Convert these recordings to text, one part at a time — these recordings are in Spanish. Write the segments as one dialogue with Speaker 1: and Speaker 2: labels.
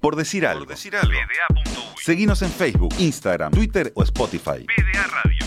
Speaker 1: Por decir algo.
Speaker 2: Por decir algo.
Speaker 1: Seguinos en Facebook, Instagram, Twitter o Spotify.
Speaker 2: PDA Radio.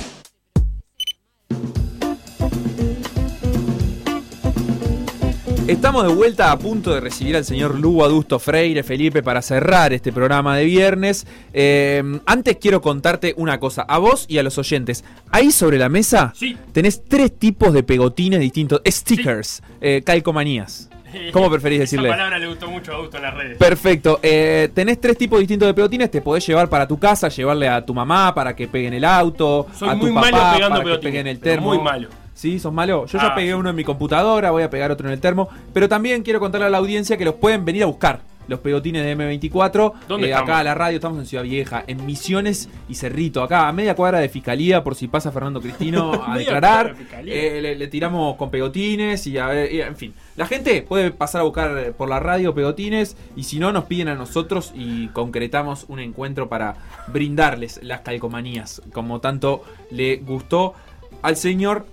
Speaker 3: Estamos de vuelta a punto de recibir al señor Lugo Adusto Freire Felipe para cerrar este programa de viernes. Eh, antes quiero contarte una cosa, a vos y a los oyentes. Ahí sobre la mesa
Speaker 4: Sí.
Speaker 3: tenés tres tipos de pegotines distintos, stickers, eh, calcomanías. ¿Cómo preferís decirle?
Speaker 4: Esa palabra le gustó mucho a Augusto en las redes.
Speaker 3: Perfecto. Eh, tenés tres tipos distintos de pelotines. Te podés llevar para tu casa, llevarle a tu mamá para que peguen el auto,
Speaker 4: Soy
Speaker 3: a tu
Speaker 4: muy
Speaker 3: papá
Speaker 4: malo pegando
Speaker 3: para que
Speaker 4: pelotines,
Speaker 3: peguen el
Speaker 4: pero
Speaker 3: termo.
Speaker 4: muy malo.
Speaker 3: Sí, sos malo. Yo ya
Speaker 4: Ah,
Speaker 3: pegué
Speaker 4: sí.
Speaker 3: uno en mi computadora, voy a pegar otro en el termo. Pero también quiero contarle a la audiencia que los pueden venir a buscar. Los pelotines de M24.
Speaker 4: ¿Dónde estamos?
Speaker 3: acá a la radio, estamos en Ciudad Vieja, en Misiones y Cerrito, acá a media cuadra de fiscalía, por si pasa Fernando Cristino a
Speaker 4: Media
Speaker 3: declarar.
Speaker 4: cuadra de fiscalía.
Speaker 3: Eh, eh, le, le tiramos con pegotines y a ver, y, en fin. La gente puede pasar a buscar eh, por la radio pegotines y si no nos piden a nosotros y concretamos un encuentro para brindarles las calcomanías, como tanto le gustó al señor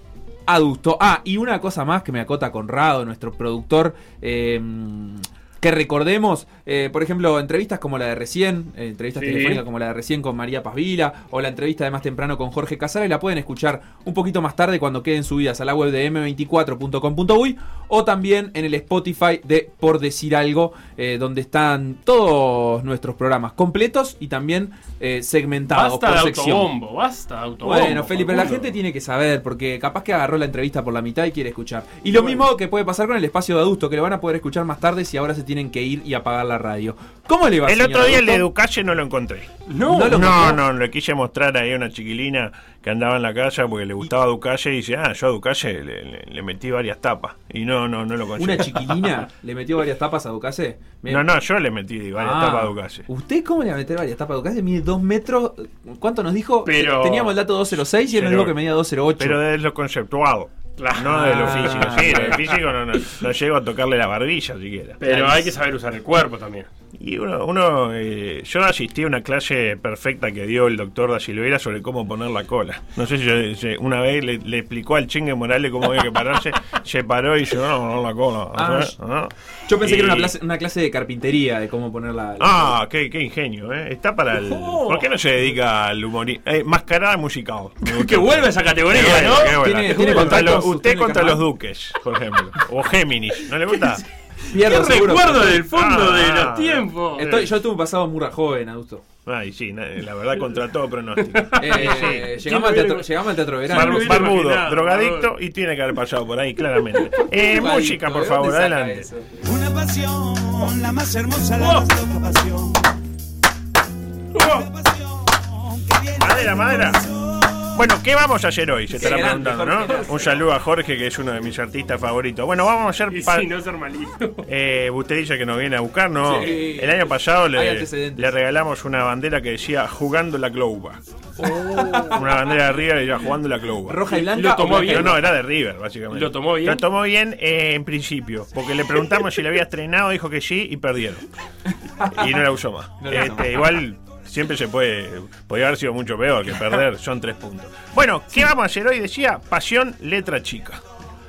Speaker 3: adusto. Ah, y una cosa más que me acota Conrado, nuestro productor. eh, que recordemos, eh, por ejemplo, entrevistas como la de recién, eh, entrevistas
Speaker 4: Sí.
Speaker 3: telefónicas como la de recién con María Pazvila, o la entrevista de más temprano con Jorge Casares, la pueden escuchar un poquito más tarde cuando queden subidas a la web de m24.com.uy o también en el Spotify de Por Decir Algo, eh, donde están todos nuestros programas completos y también eh, segmentados
Speaker 4: Basta
Speaker 3: por
Speaker 4: de
Speaker 3: sección.
Speaker 4: autobombo, basta de autobombo.
Speaker 3: Bueno, Felipe, la
Speaker 4: Facundo.
Speaker 3: gente tiene que saber, porque capaz que agarró la entrevista por la mitad y quiere escuchar. Y lo
Speaker 4: Bueno.
Speaker 3: mismo que puede pasar con el espacio de adusto, que lo van a poder escuchar más tarde si ahora se tienen que ir y apagar la radio. ¿Cómo le va,
Speaker 5: El
Speaker 3: señor
Speaker 5: otro día el
Speaker 3: Adusto?
Speaker 5: de Educalle no lo encontré.
Speaker 4: No,
Speaker 3: No lo-
Speaker 5: No,
Speaker 3: encontró?
Speaker 5: no, le quise mostrar ahí a una chiquilina que andaba en la calle porque le gustaba Educalle y dice, ah, yo a Educalle le, le- le metí varias tapas. Y no, no, no lo conseguí.
Speaker 3: Una chiquilina le metió varias tapas a Ducase.
Speaker 5: No, no, yo le metí
Speaker 3: Ah,
Speaker 5: varias tapas a Educalle.
Speaker 3: ¿Usted cómo le va a meter varias tapas a Ducase? Mide dos metros. ¿Cuánto nos dijo?
Speaker 4: Pero-
Speaker 3: Teníamos el dato 206 y él nos dijo que medía 208.
Speaker 5: Pero de lo conceptuado.
Speaker 4: Claro.
Speaker 5: No de lo
Speaker 3: Ah.
Speaker 5: físico. Sí, de lo físico no, no, no llego a tocarle la barbilla siquiera.
Speaker 4: Pero hay que saber usar el cuerpo también.
Speaker 5: Y uno, uno eh, yo asistí a una clase perfecta que dio el doctor da Silveira sobre cómo poner la cola. No sé si yo- si una vez le, le explicó al chingue Morales cómo había que pararse, se paró y yo no, poner la cola.
Speaker 3: Ah,
Speaker 5: ¿no?
Speaker 3: Yo pensé que era una
Speaker 5: Y-
Speaker 3: clase, una clase de carpintería, de cómo poner la. la-
Speaker 5: Ah, qué, qué ingenio, ¿eh? Está para el.
Speaker 4: Oh.
Speaker 5: ¿Por qué no se dedica al humorismo? Eh, mascarada musical. Me gustó.
Speaker 4: Que vuelva esa categoría,
Speaker 5: Qué buena,
Speaker 4: ¿no?
Speaker 5: qué buena.
Speaker 3: Tiene- tiene
Speaker 5: Contra
Speaker 3: contactos,
Speaker 5: los-
Speaker 3: usted en
Speaker 5: usted
Speaker 3: el
Speaker 5: contra
Speaker 3: canal.
Speaker 5: los duques, por ejemplo. O Géminis. ¿No le gusta?
Speaker 3: Pierdo,
Speaker 4: ¡Qué
Speaker 3: seguro.
Speaker 4: recuerdo del fondo
Speaker 5: Ah,
Speaker 4: de
Speaker 5: ah.
Speaker 4: los tiempos!
Speaker 3: Estoy- yo tuve un pasado muy joven, Adusto.
Speaker 5: Ay, sí, na- la verdad, contra todo pronóstico.
Speaker 3: Eh,
Speaker 4: Sí.
Speaker 3: llegamos, al
Speaker 4: Sí,
Speaker 3: teatro,
Speaker 4: lo-
Speaker 3: llegamos al Teatro Verano.
Speaker 4: Mar-
Speaker 5: Barbu-
Speaker 4: hubiera
Speaker 5: barbudo,
Speaker 4: imaginado,
Speaker 5: drogadicto
Speaker 4: barbudo.
Speaker 5: y tiene que haber pasado por ahí, claramente. Eh,
Speaker 3: Drogadicto,
Speaker 5: música, por
Speaker 3: ¿de
Speaker 5: favor,
Speaker 3: dónde saca
Speaker 5: adelante.
Speaker 3: eso?
Speaker 6: Una pasión, la más hermosa, la más loca pasión.
Speaker 5: Oh,
Speaker 6: Una pasión que viene
Speaker 5: madera, madera. Bueno, ¿qué vamos a hacer hoy? Se estará
Speaker 3: grande,
Speaker 5: preguntando, ¿no?
Speaker 3: Jorge Lazo.
Speaker 5: Un saludo a Jorge, que es uno de mis artistas favoritos. Bueno, vamos a hacer.
Speaker 4: Y
Speaker 5: pa-
Speaker 4: si no ser malito.
Speaker 5: Eh, usted dice que nos viene a buscar, ¿no?
Speaker 3: Sí.
Speaker 5: El año pasado
Speaker 3: Hay
Speaker 5: le,
Speaker 3: antecedentes.
Speaker 5: le regalamos una bandera que decía jugando la clouba. Una bandera de River y ya jugando la clouba.
Speaker 3: Roja y blanca.
Speaker 4: Lo tomó
Speaker 3: o blanca y
Speaker 4: bien.
Speaker 5: No,
Speaker 3: blanca?
Speaker 5: no, era de River, básicamente.
Speaker 4: ¿Lo tomó bien?
Speaker 5: Lo tomó bien eh, en principio, porque le preguntamos si la había estrenado, dijo que sí y perdieron. Y no la usó más.
Speaker 3: No la usó
Speaker 5: Este,
Speaker 3: más.
Speaker 5: igual siempre se puede, podía haber sido mucho peor que perder, son tres puntos. Bueno, ¿qué vamos a hacer hoy? Decía Pasión Letra Chica.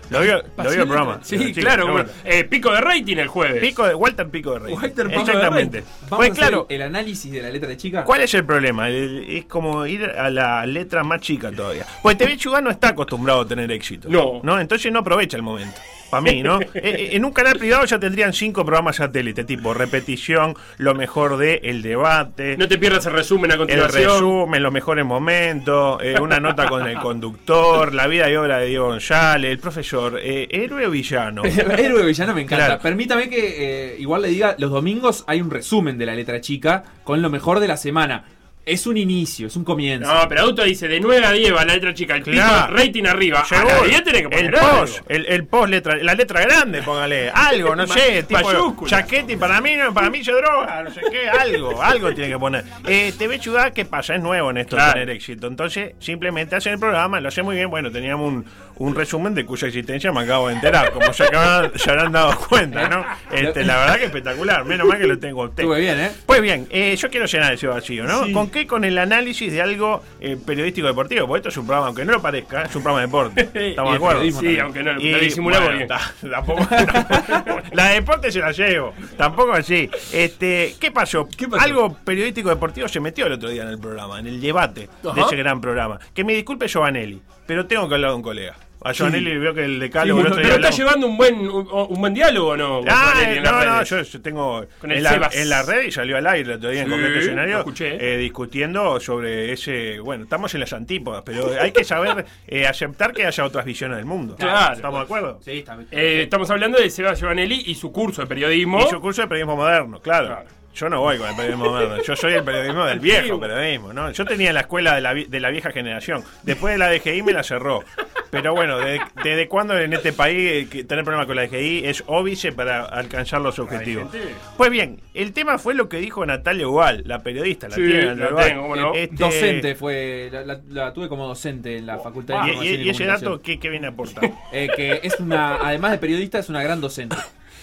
Speaker 5: Lo vio, lo vio el programa.
Speaker 4: Sí,
Speaker 5: Letra Chica,
Speaker 4: claro.
Speaker 5: no,
Speaker 4: bueno.
Speaker 5: bueno.
Speaker 4: Eh, pico de rating el jueves.
Speaker 5: Pico de, Walter Pico de Rey.
Speaker 3: Walter Pablo
Speaker 5: Exactamente.
Speaker 3: Berrey. Vamos
Speaker 5: Pues
Speaker 3: a hacer eh,
Speaker 5: claro,
Speaker 3: el análisis de la letra de chica.
Speaker 5: ¿Cuál es el problema? El- es como ir a la letra más chica todavía. Pues TV Chugá no está acostumbrado a tener éxito.
Speaker 4: No.
Speaker 5: Entonces no aprovecha el momento. Para mí, ¿no? Eh, eh, en un canal privado ya tendrían cinco programas satélite, tipo repetición, lo mejor de El Debate,
Speaker 4: No te pierdas el resumen a
Speaker 5: El
Speaker 4: continuación.
Speaker 5: Resumen, los mejores momentos, eh, una nota con el conductor, la vida y obra de Diego González, el profesor, eh, héroe o villano.
Speaker 3: Héroe villano me encanta.
Speaker 5: Claro.
Speaker 3: Permítame que eh, igual le diga, los domingos hay un resumen de la letra chica con lo mejor de la semana. Es un inicio, es un comienzo.
Speaker 4: No, pero Auto dice de 9 a 10 va la letra chica. El
Speaker 5: Claro.
Speaker 4: pico, rating arriba.
Speaker 5: Llegó
Speaker 4: a la 10 tenés que poner
Speaker 5: el
Speaker 4: algo.
Speaker 5: post, el, el post letra, la letra grande, póngale, algo, no sé,
Speaker 4: Ma-
Speaker 5: tipo
Speaker 4: mayúscula.
Speaker 5: chaqueta y para mí no, para mí se droga, no sé qué, algo, algo tiene que poner. Eh, TV Ciudad, ¿qué pasa? Es nuevo en esto de
Speaker 4: Claro.
Speaker 5: tener éxito. Entonces, simplemente hacen el programa, lo hacen muy bien. Bueno, teníamos un, un resumen de cuya existencia me acabo de enterar, como se acaban- se habrán dado cuenta, ¿no? Este, la verdad que espectacular, menos mal que lo tengo a usted.
Speaker 3: Estuve bien, ¿eh?
Speaker 5: Pues bien, eh, yo quiero llenar ese vacío, ¿no? ¿Con arranqué con el análisis de algo eh, periodístico deportivo, porque esto es un programa, aunque no lo parezca, es un programa de deporte. ¿Estamos de
Speaker 4: Y
Speaker 5: acuerdo?
Speaker 4: periodismo Sí, también. aunque no lo- lo disimulamos bien.
Speaker 5: ta- tampoco- tampoco- la de deporte se la llevo. Tampoco así. Este, ¿qué, pasó?
Speaker 3: pasó?
Speaker 5: Algo periodístico deportivo se metió el otro día en el programa, en el debate de
Speaker 4: Ajá.
Speaker 5: ese gran programa. Que me disculpe Giovanelli, pero tengo que hablar con un colega. A Giovanelli veo que el decálogo el
Speaker 4: Pero
Speaker 5: otro día
Speaker 4: está
Speaker 5: hablamos-
Speaker 4: llevando un buen, un, un buen diálogo, o ¿no?
Speaker 5: Ah,
Speaker 4: Gonzalelli, en
Speaker 5: no,
Speaker 4: las
Speaker 5: no,
Speaker 4: redes?
Speaker 5: yo, yo tengo
Speaker 4: Con el
Speaker 5: en, la,
Speaker 4: Sebas.
Speaker 5: en la red y salió al aire el otro día en
Speaker 4: Sí,
Speaker 5: concreto escenario
Speaker 4: lo escuché.
Speaker 5: eh, discutiendo sobre ese. Bueno, estamos en las antípodas, pero hay que saber eh, aceptar que haya otras visiones del mundo.
Speaker 4: Claro.
Speaker 5: ¿Estamos de acuerdo?
Speaker 3: Sí, está bien.
Speaker 4: Eh, estamos hablando de Seba Giovanelli y su curso de periodismo.
Speaker 5: Y su curso de periodismo moderno, claro.
Speaker 4: Claro.
Speaker 5: Yo no voy con el periodismo moderno, yo soy el periodismo del viejo
Speaker 4: Antiguo.
Speaker 5: periodismo, ¿no? Yo tenía la escuela de la, vi- de la vieja generación. Después de la DGI me la cerró. Pero bueno, de- ¿desde cuándo en este país eh, que tener problemas con la DGI es óbice para alcanzar los objetivos?
Speaker 4: gente-
Speaker 5: Pues bien, el tema fue lo que dijo Natalia Ubal, la periodista, la
Speaker 4: Sí,
Speaker 5: tiene
Speaker 4: la
Speaker 5: Natalia Ubal.
Speaker 4: tengo, bueno.
Speaker 5: Este-
Speaker 3: Docente fue, la, la- la tuve como docente en la Facultad de
Speaker 5: ah, Y,
Speaker 3: Información
Speaker 5: y-
Speaker 3: y
Speaker 5: y ese
Speaker 3: Comunicación.
Speaker 5: dato, ¿qué, qué viene a aportar?
Speaker 3: Eh, que es una, además de periodista, es una gran docente.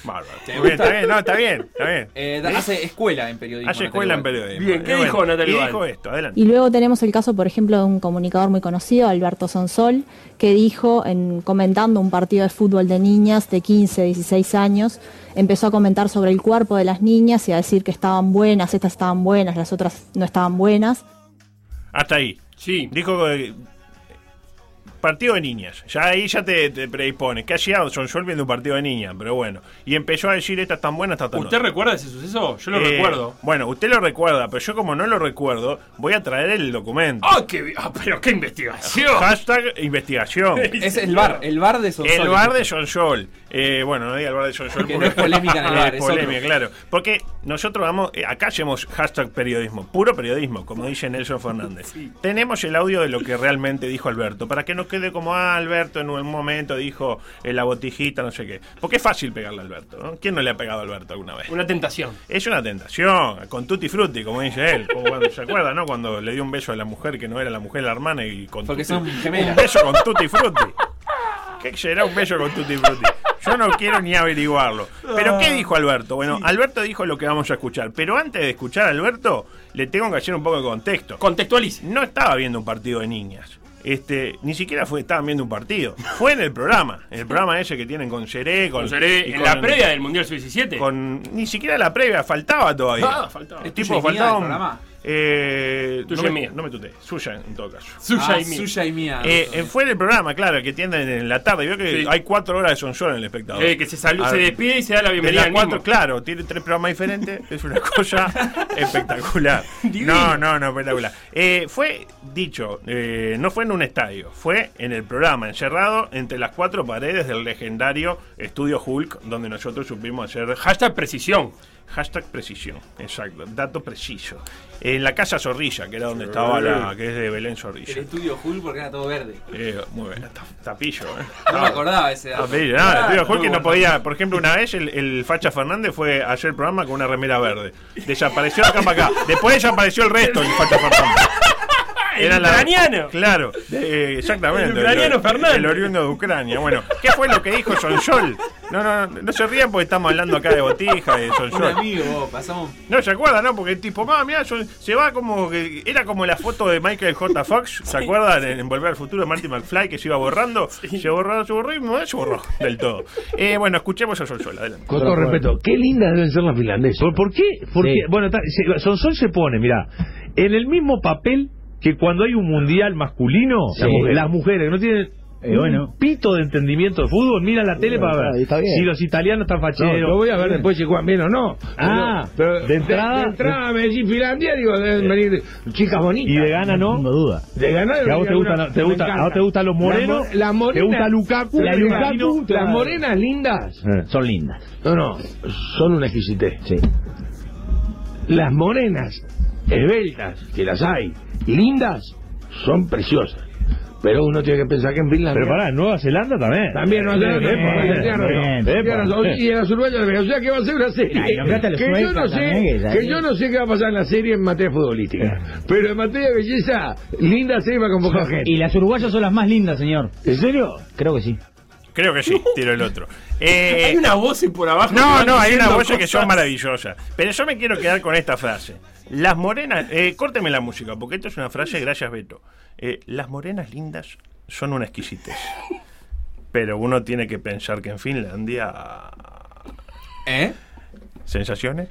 Speaker 5: Bárbaro.
Speaker 3: ¿Te
Speaker 5: Muy bien,
Speaker 3: gusta?
Speaker 5: está bien, no, está bien, está bien.
Speaker 3: Eh, da- hace escuela en periodismo.
Speaker 5: Hace
Speaker 3: Natalia
Speaker 5: escuela en
Speaker 3: Gual.
Speaker 5: periodismo.
Speaker 4: Bien, ¿qué
Speaker 5: Y
Speaker 4: dijo Natalia
Speaker 5: y
Speaker 4: Ubal?
Speaker 5: dijo esto, adelante.
Speaker 2: Y luego tenemos el caso, por ejemplo, de un comunicador muy conocido, Alberto Sonsol, que dijo, en, comentando un partido de fútbol de niñas de 15, 16 años, empezó a comentar sobre el cuerpo de las niñas y a decir que estaban buenas, estas estaban buenas, las otras no estaban buenas.
Speaker 5: Hasta ahí.
Speaker 4: Sí.
Speaker 5: Dijo que. eh, Partido de niñas. Ya ahí ya te, te predispone. Que hacía Son Sol viendo un partido de niñas, pero bueno. Y empezó a decir, esta es tan buena, esta es tan
Speaker 4: ¿Usted
Speaker 5: otra".
Speaker 4: recuerda ese suceso? Yo lo
Speaker 5: Eh,
Speaker 4: recuerdo.
Speaker 5: Bueno, usted lo recuerda, pero yo como no lo recuerdo, voy a traer el documento.
Speaker 4: ¡Ah, qué bien! Ah, pero qué investigación!
Speaker 5: Hashtag investigación.
Speaker 3: Es el bar, el bar de Sonsol.
Speaker 5: El bar de John Sol. Eh, bueno, no diga el bar de John Sol.
Speaker 3: Porque Ah, no es polémica en el bar,
Speaker 5: Es
Speaker 3: es
Speaker 5: polémica,
Speaker 3: otro.
Speaker 5: claro. Porque nosotros vamos, eh, acá hacemos hashtag periodismo, puro periodismo, como dice Nelson Fernández. Tenemos el audio de lo que realmente dijo Alberto, para que no quede como, ah, Alberto en un momento dijo eh, la botijita, no sé qué. Porque es fácil pegarle a Alberto, ¿no? ¿Quién no le ha pegado a Alberto alguna vez?
Speaker 4: Una tentación.
Speaker 5: Es una tentación, con tutti frutti, como dice él. Como cuando- ¿Se acuerda, no? Cuando le dio un beso a la mujer que no era la mujer, la hermana, y con
Speaker 3: Porque
Speaker 5: tutti-
Speaker 3: son gemelas.
Speaker 5: Un beso con tutti frutti. ¿Qué será un beso con tutti frutti? Yo no quiero ni averiguarlo. ¿Pero qué dijo Alberto? Bueno, Alberto dijo lo que vamos a escuchar. Pero antes de escuchar a Alberto, le tengo que hacer un poco de contexto
Speaker 4: Contextualice.
Speaker 5: no estaba viendo un partido de niñas. Este, ni siquiera fue, estaban viendo un partido. Fue en el programa. En el programa ese que tienen con Seré, con,
Speaker 4: Seré
Speaker 5: y
Speaker 4: en
Speaker 5: con-
Speaker 4: la previa del Mundial Sub-17.
Speaker 5: Con, ni siquiera la previa, faltaba todavía.
Speaker 4: Ah, faltaba.
Speaker 5: El
Speaker 4: ¿Es
Speaker 5: tipo
Speaker 3: tuya y mía
Speaker 5: faltaba
Speaker 3: el
Speaker 5: un-
Speaker 3: programa?
Speaker 5: eh,
Speaker 4: Tuya
Speaker 5: no,
Speaker 4: y
Speaker 5: me,
Speaker 4: mía.
Speaker 5: no me tutees. Suya en todo caso.
Speaker 4: Suya
Speaker 3: Ah,
Speaker 4: y mía.
Speaker 3: suya y mía.
Speaker 5: Eh, eh, fue en el programa, claro, que tienden en la tarde. Vio que
Speaker 4: Sí.
Speaker 5: hay cuatro horas de sonso en el espectador.
Speaker 4: Eh, que se, salu-
Speaker 5: Ah,
Speaker 4: se despide y se da la
Speaker 5: de
Speaker 4: bienvenida
Speaker 5: las
Speaker 4: al
Speaker 5: cuatro,
Speaker 4: mismo.
Speaker 5: claro, tiene tres programas diferentes, es una cosa espectacular.
Speaker 4: Divino.
Speaker 5: No, no, no, espectacular. Eh, fue dicho, eh, no fue en un estadio, fue en el programa, encerrado entre las cuatro paredes del legendario Estudio Hulk, donde nosotros supimos hacer
Speaker 4: Hashtag precisión.
Speaker 5: hashtag precisión, exacto, dato preciso. En la casa Zorrilla, que era donde estaba la, que es de Belén
Speaker 3: el
Speaker 5: Zorrilla.
Speaker 3: estudio Hulk porque era todo verde.
Speaker 5: Eh, muy bien, ta- tapillo, eh.
Speaker 3: No me acordaba ese dato.
Speaker 5: Ah, sí, nada, el tío Jorge
Speaker 3: Muy bueno.
Speaker 5: no podía. Por ejemplo, una vez el, el Facha Fernández fue a hacer el programa con una remera verde. Desapareció de acá para acá. Después desapareció el resto el Facha Fernández.
Speaker 4: El ucraniano.
Speaker 5: Claro, de- eh, exactamente.
Speaker 4: El ucraniano Fernández.
Speaker 5: El oriundo de Ucrania. Bueno, ¿qué fue lo que dijo Sonsol? No, no, no, no se rían porque estamos hablando acá de Botija y de
Speaker 3: Un
Speaker 5: Sonsol.
Speaker 3: amigo, vos, pasamos.
Speaker 5: No, ¿se acuerdan, no? Porque el tipo, ah, mira, se va como. que- Era como la foto de Michael J. Fox, ¿se acuerdan? En, en Volver al Futuro, Marty McFly, que se iba borrando. Se borró, se borró y no, se borró del todo. Eh, bueno, escuchemos a Sol Sol, adelante.
Speaker 7: Con todo respeto, qué lindas deben ser las finlandesas. ¿Por, por qué? ¿Por qué? Bueno, está- se- Sonsol se pone, mira, en el mismo papel que cuando hay un mundial masculino, las mujeres- las mujeres que no tienen
Speaker 8: Eh,
Speaker 7: un pito de entendimiento de fútbol, miran la tele para ver si los italianos están facheros.
Speaker 8: No, lo voy a ver después si juegan bien o no.
Speaker 7: Ah, de entrada-
Speaker 8: De, entrada me decís Finlandia, digo, deben venir chicas bonitas.
Speaker 7: Y de gana no. No duda.
Speaker 8: De ganar.
Speaker 7: Que a vos te
Speaker 8: alguna-
Speaker 7: gustan- te
Speaker 8: me
Speaker 7: gusta-
Speaker 8: encanta.
Speaker 7: a vos te gustan los morenos,
Speaker 8: La, mo- la
Speaker 7: te gusta Lukaku,
Speaker 8: la
Speaker 7: te
Speaker 8: Lukaku,
Speaker 7: imagino, claro.
Speaker 8: las morenas lindas.
Speaker 7: Eh, Son lindas.
Speaker 8: No, no, son una exquisitez.
Speaker 7: Sí.
Speaker 8: Las morenas esbeltas, que las hay, lindas, son preciosas. Pero uno tiene que pensar que en Finlandia...
Speaker 7: Pero pará, en Nueva Zelanda también.
Speaker 8: También no hace
Speaker 7: Bien,
Speaker 8: nada,
Speaker 7: bien,
Speaker 8: no, tiene razón,
Speaker 7: bien,
Speaker 8: tiene
Speaker 7: bien.
Speaker 8: razón. Y en las uruguayas, o sea que va a ser una serie.
Speaker 7: Ay, nombrate a los
Speaker 8: que yo
Speaker 7: suecos
Speaker 8: no
Speaker 7: también, ¿eh? que
Speaker 8: sé,
Speaker 7: ya-
Speaker 8: que yo no sé qué va a pasar en la serie en materia futbolística. Pero en materia de belleza, linda se iba con poca gente.
Speaker 7: las uruguayas son las más lindas, señor.
Speaker 8: ¿En serio?
Speaker 7: Creo que sí.
Speaker 5: Creo que sí, tiro el otro. Eh,
Speaker 4: Hay una voz por abajo. que
Speaker 5: No,
Speaker 4: van
Speaker 5: no, hay
Speaker 4: diciendo
Speaker 5: unas voces que
Speaker 4: cosas.
Speaker 5: son maravillosas. Pero yo me quiero quedar con esta frase. Las morenas. Eh, córteme la música, porque esto es una frase, gracias Beto. Eh, las morenas lindas son una exquisitez. Pero uno tiene que pensar que en Finlandia.
Speaker 3: ¿Eh?
Speaker 5: ¿Sensaciones?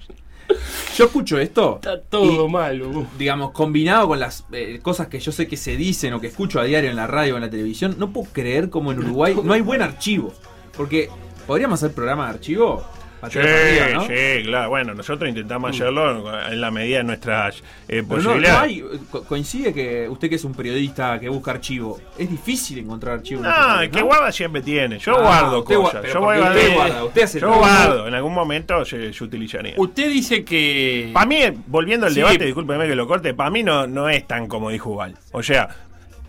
Speaker 3: Yo escucho esto.
Speaker 4: Está todo
Speaker 3: y,
Speaker 4: malo. vos.
Speaker 3: Digamos, combinado con las eh, cosas que yo sé que se dicen o que escucho a diario en la radio o en la televisión, no puedo creer como en Uruguay no hay buen archivo. Porque podríamos hacer programa de archivo.
Speaker 5: Sí,
Speaker 3: Patriota Perdida, ¿no? Mm.
Speaker 5: sí, claro. Bueno, nosotros intentamos hacerlo en la medida de nuestras eh,
Speaker 3: Pero no, no
Speaker 5: posibilidades.
Speaker 3: hay- co- coincide que usted que es un periodista que busca archivo, es difícil encontrar archivo. en nuestro
Speaker 5: Ah,
Speaker 3: país,
Speaker 5: que
Speaker 3: ¿no?
Speaker 5: guarda siempre tiene. Yo
Speaker 3: Ah,
Speaker 5: guardo
Speaker 3: usted gua-
Speaker 5: cosas.
Speaker 3: pero
Speaker 5: Yo
Speaker 3: porque
Speaker 5: guardo,
Speaker 3: usted guarda, usted hace
Speaker 5: yo
Speaker 3: todo.
Speaker 5: guardo. En algún momento se, se utilizaría.
Speaker 4: Usted dice que.
Speaker 5: Para mí, volviendo al
Speaker 4: Sí.
Speaker 5: debate, discúlpeme que lo corte, para mí no, no es tan como dijo Val. O sea,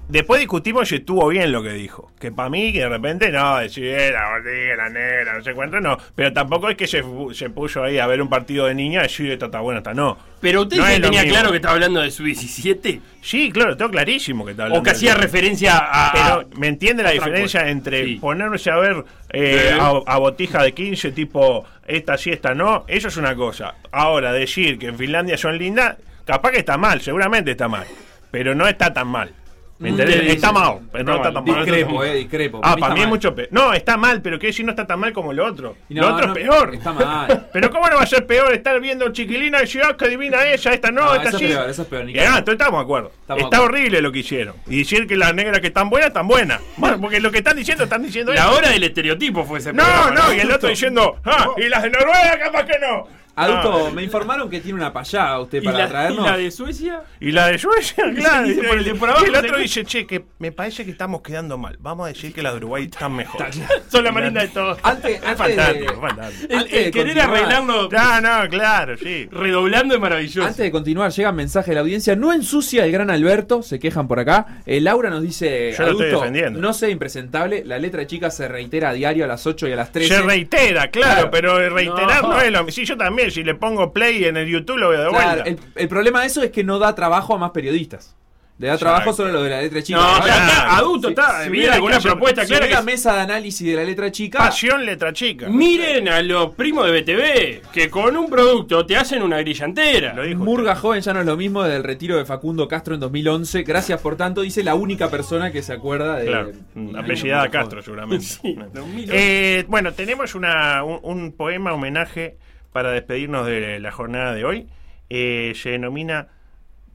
Speaker 5: después discutimos si estuvo bien lo que dijo. Que para mí, que de repente, no, decir, eh, la gordita, la negra, no sé cuánto, no. Pero tampoco es que se, fu- se puso ahí a ver un partido de niña y decir, esta está buena, esta no.
Speaker 4: Pero usted
Speaker 5: No
Speaker 4: dice
Speaker 5: es
Speaker 4: que
Speaker 5: lo
Speaker 4: tenía
Speaker 5: mismo.
Speaker 4: claro que estaba hablando de su 17
Speaker 5: Sí, claro, todo clarísimo que está
Speaker 4: o
Speaker 5: hablando
Speaker 4: que
Speaker 5: de-
Speaker 4: hacía referencia a.
Speaker 5: Pero me entiende la
Speaker 4: Ah, otra
Speaker 5: diferencia
Speaker 4: cosa.
Speaker 5: entre
Speaker 4: Sí.
Speaker 5: ponerse a ver eh,
Speaker 4: Sí.
Speaker 5: a, a botija de 15 tipo esta sí, esta no, eso es una cosa. Ahora, decir que en Finlandia son lindas, capaz que está mal, seguramente está mal, pero no está tan mal. ¿Me entendés?
Speaker 4: sí, sí.
Speaker 5: Está mal, pero no
Speaker 4: Está
Speaker 5: está
Speaker 4: mal.
Speaker 5: tan mal.
Speaker 3: Discrepo, eh, discrepo.
Speaker 5: Ah, para
Speaker 3: está
Speaker 5: mí es
Speaker 3: mal.
Speaker 5: mucho peor. No, está mal, pero que si no está tan mal como lo otro.
Speaker 3: Y no,
Speaker 5: lo otro
Speaker 3: no,
Speaker 5: es peor.
Speaker 3: Está mal.
Speaker 5: Pero cómo no va a ser peor estar viendo chiquilina y decir, ah, que divina ella, esta no,
Speaker 3: No, Ah,
Speaker 5: esta
Speaker 3: eso es
Speaker 5: sí.
Speaker 3: peor, eso es peor,
Speaker 5: Y
Speaker 3: Nicolás.
Speaker 5: nada, entonces estamos de acuerdo.
Speaker 3: Estamos de
Speaker 5: Está
Speaker 3: acuerdo.
Speaker 5: horrible lo que hicieron. Y decir que las negras que están buenas, están buenas. Bueno, porque lo que están diciendo, están diciendo
Speaker 4: La
Speaker 5: eso.
Speaker 4: hora del estereotipo fue ese
Speaker 5: No,
Speaker 4: programa,
Speaker 5: no, y el otro diciendo, ah, y las de Noruega capaz que no.
Speaker 3: Adulto,
Speaker 5: Ah,
Speaker 3: me informaron que tiene una payada usted
Speaker 4: ¿Y
Speaker 3: para
Speaker 4: la, y
Speaker 3: traernos.
Speaker 4: la de Suecia?
Speaker 5: Y la de Suecia, claro.
Speaker 4: dice
Speaker 5: y-
Speaker 4: por el-
Speaker 5: y
Speaker 4: por abajo,
Speaker 5: el otro
Speaker 4: se-
Speaker 5: dice, che, que me parece que estamos quedando mal. Vamos a decir que las de Uruguay están mejor.
Speaker 4: Son la más linda de todos.
Speaker 3: Antes,
Speaker 5: Es
Speaker 3: antes de,
Speaker 5: fantástico, fantástico.
Speaker 4: El,
Speaker 3: Antes de
Speaker 4: el querer
Speaker 3: continuar.
Speaker 4: arreglarlo,
Speaker 5: No, no, claro, sí.
Speaker 4: redoblando es maravilloso.
Speaker 3: antes de continuar, llega un mensaje de la audiencia. No ensucia el gran Alberto, se quejan por acá. Eh, Laura nos dice:
Speaker 5: Yo lo estoy
Speaker 3: "Adulto,
Speaker 5: defendiendo".
Speaker 3: No sea impresentable. La letra chica se reitera a diario a las 8 y a las 13.
Speaker 5: Se reitera,
Speaker 3: Claro.
Speaker 5: claro, pero reiterar no.
Speaker 4: No.
Speaker 5: es lo mismo. Sí, yo también, si le pongo play en el YouTube lo veo de vuelta.
Speaker 3: Claro, el, el problema de eso es que no da trabajo a más periodistas. Le da
Speaker 5: Exacto.
Speaker 3: trabajo solo lo de la letra chica.
Speaker 4: No,
Speaker 3: Ahora,
Speaker 4: ya está,
Speaker 5: claro.
Speaker 4: adulto, está.
Speaker 3: si
Speaker 4: Mira
Speaker 3: hubiera
Speaker 4: alguna
Speaker 3: que-
Speaker 4: propuesta
Speaker 3: si
Speaker 4: clara
Speaker 3: hubiera
Speaker 4: que
Speaker 3: mesa de análisis de la letra chica.
Speaker 5: Pasión letra chica.
Speaker 4: Miren a los primos de BTV que con un producto te hacen una grilla entera.
Speaker 5: Lo dijo usted.
Speaker 3: Murga joven ya no es lo mismo desde el retiro de Facundo Castro en 2011. Gracias por tanto, dice la única persona que se acuerda de.
Speaker 5: Claro,
Speaker 3: de-
Speaker 5: apellidada
Speaker 3: de-
Speaker 5: Castro seguramente.
Speaker 4: Sí, 2008.
Speaker 5: Eh, bueno, tenemos una, un, un poema homenaje para despedirnos de la jornada de hoy. Eh, se denomina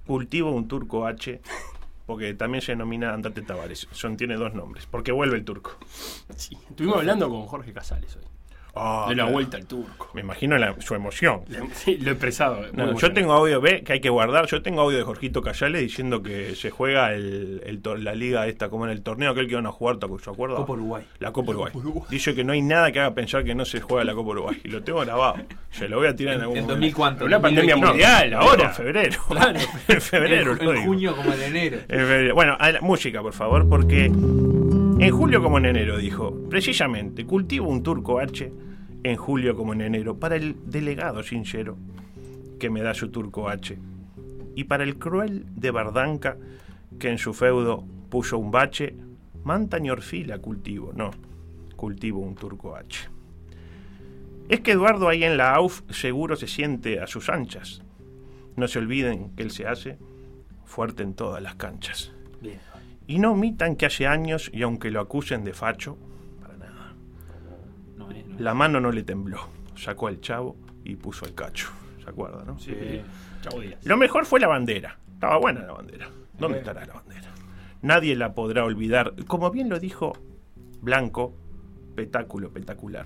Speaker 5: Cultivo un turco H, porque también se denomina Andate Tavares. Son, tiene dos nombres, porque vuelve el turco.
Speaker 4: Sí, Estuvimos hablando con Jorge Casales hoy.
Speaker 5: Ah,
Speaker 4: de la
Speaker 5: claro.
Speaker 4: vuelta al turco.
Speaker 5: Me imagino la- su emoción.
Speaker 4: Sí, lo he expresado. muy
Speaker 5: No, yo
Speaker 4: emocionante.
Speaker 5: tengo audio ve, que hay que guardar. Yo tengo audio de Jorgito Cayale diciendo que se juega el, el tor- la liga esta, como en el torneo aquel que iban a jugar, ¿te acu- acuerdas?
Speaker 3: Copa Uruguay.
Speaker 5: La Copa Uruguay. Dice que no hay nada que haga pensar que no se juega la Copa Uruguay. Y lo tengo grabado. Se lo voy a tirar en algún
Speaker 3: En
Speaker 5: momento.
Speaker 3: 2000 cuánto?
Speaker 4: Una pandemia
Speaker 3: 2015.
Speaker 4: mundial,
Speaker 5: No,
Speaker 4: ahora.
Speaker 5: En febrero.
Speaker 4: Claro.
Speaker 5: en febrero.
Speaker 3: En,
Speaker 5: lo
Speaker 3: en
Speaker 5: digo.
Speaker 3: junio como en enero.
Speaker 5: En febrero. Bueno, a la- música, por favor, porque en julio como en enero, dijo, precisamente, cultivo un turco H en julio como en enero, para el delegado sincero que me da su turco H, y para el cruel de Bardanca que en su feudo puso un bache, manta ni orfila cultivo, no, cultivo un turco H. Es que Eduardo ahí en la AUF seguro se siente a sus anchas. No se olviden que él se hace fuerte en todas las canchas. Y no omitan que hace años, y aunque lo acusen de facho, para nada,
Speaker 3: No, eh, no.
Speaker 5: la mano no le tembló. Sacó al chavo y puso el cacho. ¿Se acuerda, no?
Speaker 4: Sí. Chau, Díaz.
Speaker 5: Lo mejor fue la bandera. Estaba buena la bandera.
Speaker 3: Eh.
Speaker 5: ¿Dónde estará la bandera? Nadie la podrá olvidar. Como bien lo dijo Blanco, petáculo, petacular.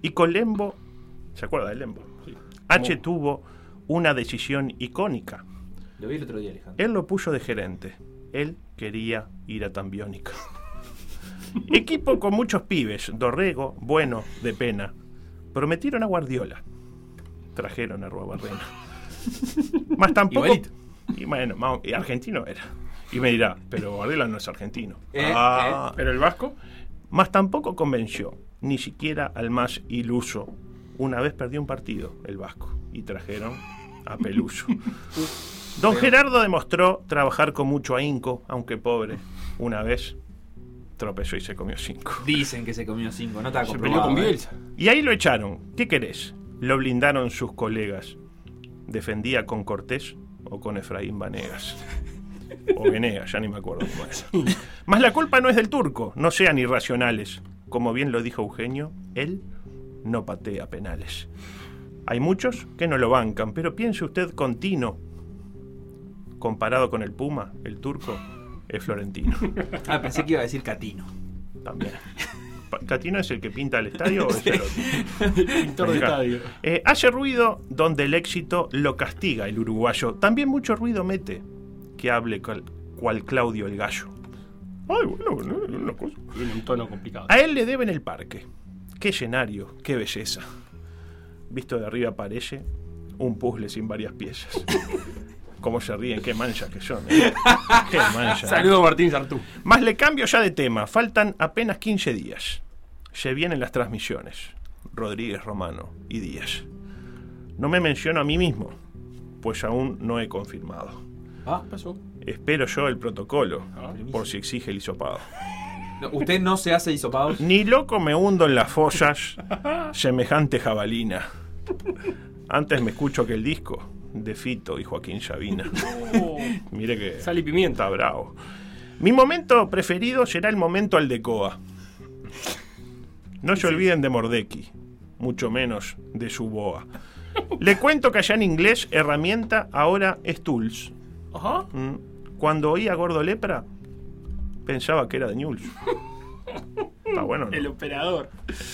Speaker 5: Y con Lembo, ¿se acuerda de Lembo? H tuvo una decisión icónica.
Speaker 3: Lo vi el otro día, Alejandro.
Speaker 5: Él lo puso de gerente. Él quería ir a Tambiónica. Equipo con muchos pibes, Dorrego, bueno, de pena. Prometieron a Guardiola. Trajeron a Ruabarrena. Más tampoco.
Speaker 3: Igualito.
Speaker 5: Y bueno, más- y argentino era. Y me dirá, pero Guardiola no es argentino.
Speaker 3: Eh,
Speaker 5: Ah,
Speaker 4: Pero el vasco.
Speaker 5: Más tampoco convenció, ni siquiera al más iluso. Una vez perdió un partido, el Vasco, y trajeron a Peluso. Don Gerardo demostró trabajar con mucho ahínco, aunque pobre. Una vez tropezó y se comió cinco.
Speaker 3: Dicen que se comió cinco, no está
Speaker 4: Se peleó con
Speaker 3: comprobado. ¿eh?
Speaker 4: Bielsa.
Speaker 5: Y ahí lo echaron. ¿Qué querés? Lo blindaron sus colegas. ¿Defendía con Cortés o con Efraín Vanegas? O Venegas, ya ni me acuerdo cómo era. Más la culpa no es del turco, no sean irracionales. Como bien lo dijo Eugenio, él no patea penales. Hay muchos que no lo bancan, pero piense usted con Tino. Comparado con el Puma, el turco es florentino
Speaker 3: Ah, pensé que iba a decir Catino.
Speaker 5: también. Pa- ¿Catino es el que pinta el estadio o es el otro?
Speaker 4: Pintor de
Speaker 5: Venga.
Speaker 4: estadio.
Speaker 5: Eh, hace ruido donde el éxito lo castiga el uruguayo. También mucho ruido mete que hable cual, cual Claudio el Gallo. Ay, bueno, bueno, una cosa.
Speaker 4: Tiene un tono complicado.
Speaker 5: A él le deben el parque. Qué escenario, qué belleza. Visto de arriba parece un puzzle sin varias piezas. Cómo se ríen, qué manchas que son. eh. Qué manchas.
Speaker 4: Saludos Martín Sartú.
Speaker 5: Más le cambio ya de tema. Faltan apenas 15 días. Se vienen las transmisiones. Rodríguez Romano y Díaz. No me menciono a mí mismo, pues aún no he confirmado.
Speaker 4: Ah, pasó.
Speaker 5: Espero yo el protocolo,
Speaker 4: Ah,
Speaker 5: por si exige el hisopado.
Speaker 3: No, usted no se hace hisopados.
Speaker 5: Ni loco me hundo en las fosas, semejante jabalina. Antes me escucho que el disco de Fito y Joaquín Sabina. Mire que.
Speaker 4: Sal y pimienta.
Speaker 5: Está bravo. Mi momento preferido será el momento Aldecoa. No se olviden de Mordecki, mucho menos de su boa. Le cuento que allá en inglés, herramienta ahora es tools.
Speaker 4: Ajá.
Speaker 5: Mm. Cuando oía Gordo Lepra, pensaba que era de News. Está bueno. ¿no?
Speaker 4: El operador.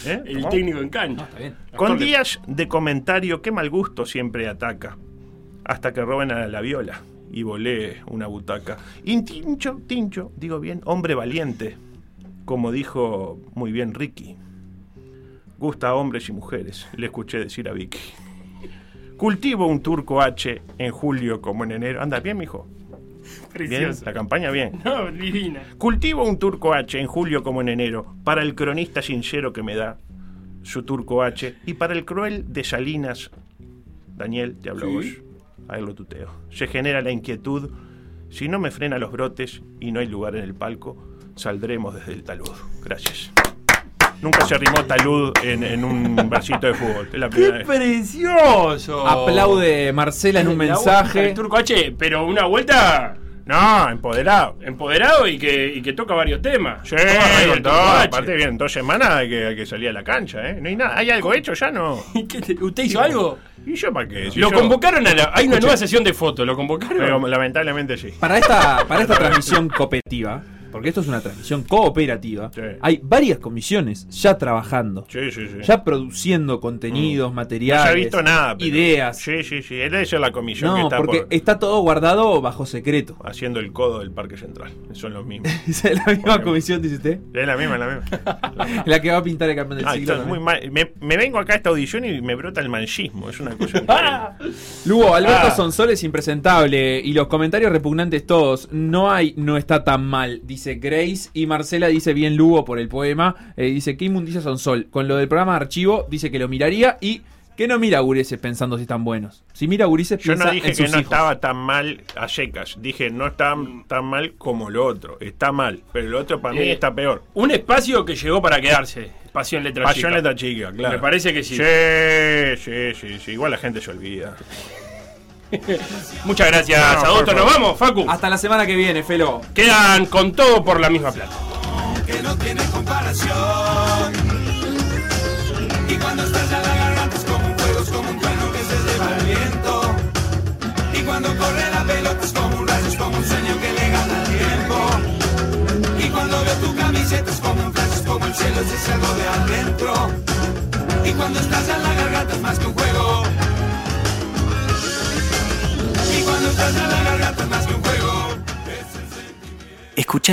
Speaker 5: ¿Eh?
Speaker 4: El
Speaker 5: ¿Tomá?
Speaker 4: técnico en cancha.
Speaker 3: Está bien.
Speaker 5: Con días de comentario que mal gusto siempre ataca. Hasta que roben a la viola y volé una butaca. Y tincho, tincho, digo bien, hombre valiente. Como dijo muy bien Ricky. Gusta a hombres y mujeres, le escuché decir a Vicky. Cultivo un turco H en julio como en enero. Anda bien, mijo. Bien,
Speaker 4: Precioso.
Speaker 5: la campaña bien.
Speaker 4: No, divina.
Speaker 5: Cultivo un turco H en julio como en enero, para el cronista sincero que me da su turco H y para el cruel de Salinas. Daniel, te hablo a vos. Ahí lo tuteo. Se genera la inquietud. Si no me frena los brotes y no hay lugar en el palco, saldremos desde el talud. Gracias. Nunca se rimó talud en, en un versito de fútbol. Es la primera vez. oh.
Speaker 4: ¡Precioso!
Speaker 3: Aplaude Marcela en un
Speaker 4: La vuelta del
Speaker 3: mensaje.
Speaker 4: Turco H, pero una vuelta
Speaker 5: No, empoderado.
Speaker 4: empoderado y que, y que toca varios temas.
Speaker 5: Sí,
Speaker 4: Ay, el
Speaker 5: con todo.
Speaker 4: Turco H.
Speaker 5: Aparte, bien, en dos semanas hay que, hay que salir a la cancha, ¿eh? No hay nada. ¿Hay algo hecho ya? No.
Speaker 4: ¿Y qué te- ¿Usted hizo algo?
Speaker 5: ¿Y yo para qué? Si
Speaker 4: Lo
Speaker 5: yo-
Speaker 4: convocaron a la. Hay una nueva sesión de fotos, lo convocaron.
Speaker 5: Pero lamentablemente sí.
Speaker 3: Para esta, para esta transmisión cooperativa, porque esto es una transmisión cooperativa,
Speaker 5: Sí.
Speaker 3: hay varias comisiones ya trabajando,
Speaker 5: Sí, sí, sí. Mm.
Speaker 3: ya produciendo contenidos,
Speaker 5: no
Speaker 3: materiales,
Speaker 5: se ha visto nada. pero-
Speaker 3: ideas.
Speaker 5: Sí, sí, sí. Él es la comisión que
Speaker 3: no,
Speaker 5: está
Speaker 3: porque
Speaker 5: por-
Speaker 3: está todo guardado bajo secreto.
Speaker 5: haciendo el codo del Parque Central. Son los mismos.
Speaker 3: Esa es la misma
Speaker 5: Bueno.
Speaker 3: comisión, dice usted.
Speaker 5: es la misma, es la misma.
Speaker 3: La que va a pintar el campeón del
Speaker 5: Ah,
Speaker 3: siglo.
Speaker 5: está
Speaker 3: también.
Speaker 5: muy mal. Me, me vengo acá a esta audición y me brota el manchismo. Es una cosa.
Speaker 4: Ah,
Speaker 3: Lugo, Alberto
Speaker 4: Ah.
Speaker 3: Sonsol es impresentable y los comentarios repugnantes todos. No hay, no está tan mal, dice Grace. Y Marcela dice bien Lugo por el poema. Eh, dice, qué inmundicia Sonsol. Con lo del programa de archivo, dice que lo miraría y que no mira gurises pensando si están buenos. Si mira gurises,
Speaker 5: Yo
Speaker 3: piensa
Speaker 5: no dije
Speaker 3: en
Speaker 5: que
Speaker 3: sus
Speaker 5: no
Speaker 3: hijos.
Speaker 5: estaba tan mal a secas. Dije, no está tan mal como lo otro. Está mal. Pero el otro para mí
Speaker 4: Eh,
Speaker 5: está peor.
Speaker 4: un espacio que llegó para quedarse. Espacio en letra
Speaker 5: Pasión
Speaker 4: chica.
Speaker 5: letra chica, claro.
Speaker 4: Me parece que sí.
Speaker 5: Sí, sí, sí, sí. Igual la gente se olvida.
Speaker 4: Muchas gracias,
Speaker 5: No, por
Speaker 4: Adulto. Nos
Speaker 5: favor.
Speaker 4: vamos, Facu.
Speaker 3: Hasta la semana que viene, Felo.
Speaker 4: Quedan con todo por la misma plata.
Speaker 6: que no tiene comparación. Y cuando estás a la garganta es como un fuego, es como un trueno que se lleva el viento. Y cuando corre la pelota es como un rayo, es como un sueño que le gana al tiempo. Y cuando veo tu camiseta es como un flash, es como el cielo si salgo de adentro. Y cuando estás a la garganta es más que un juego. Y cuando estás a la garganta es más que un juego.
Speaker 9: Escucha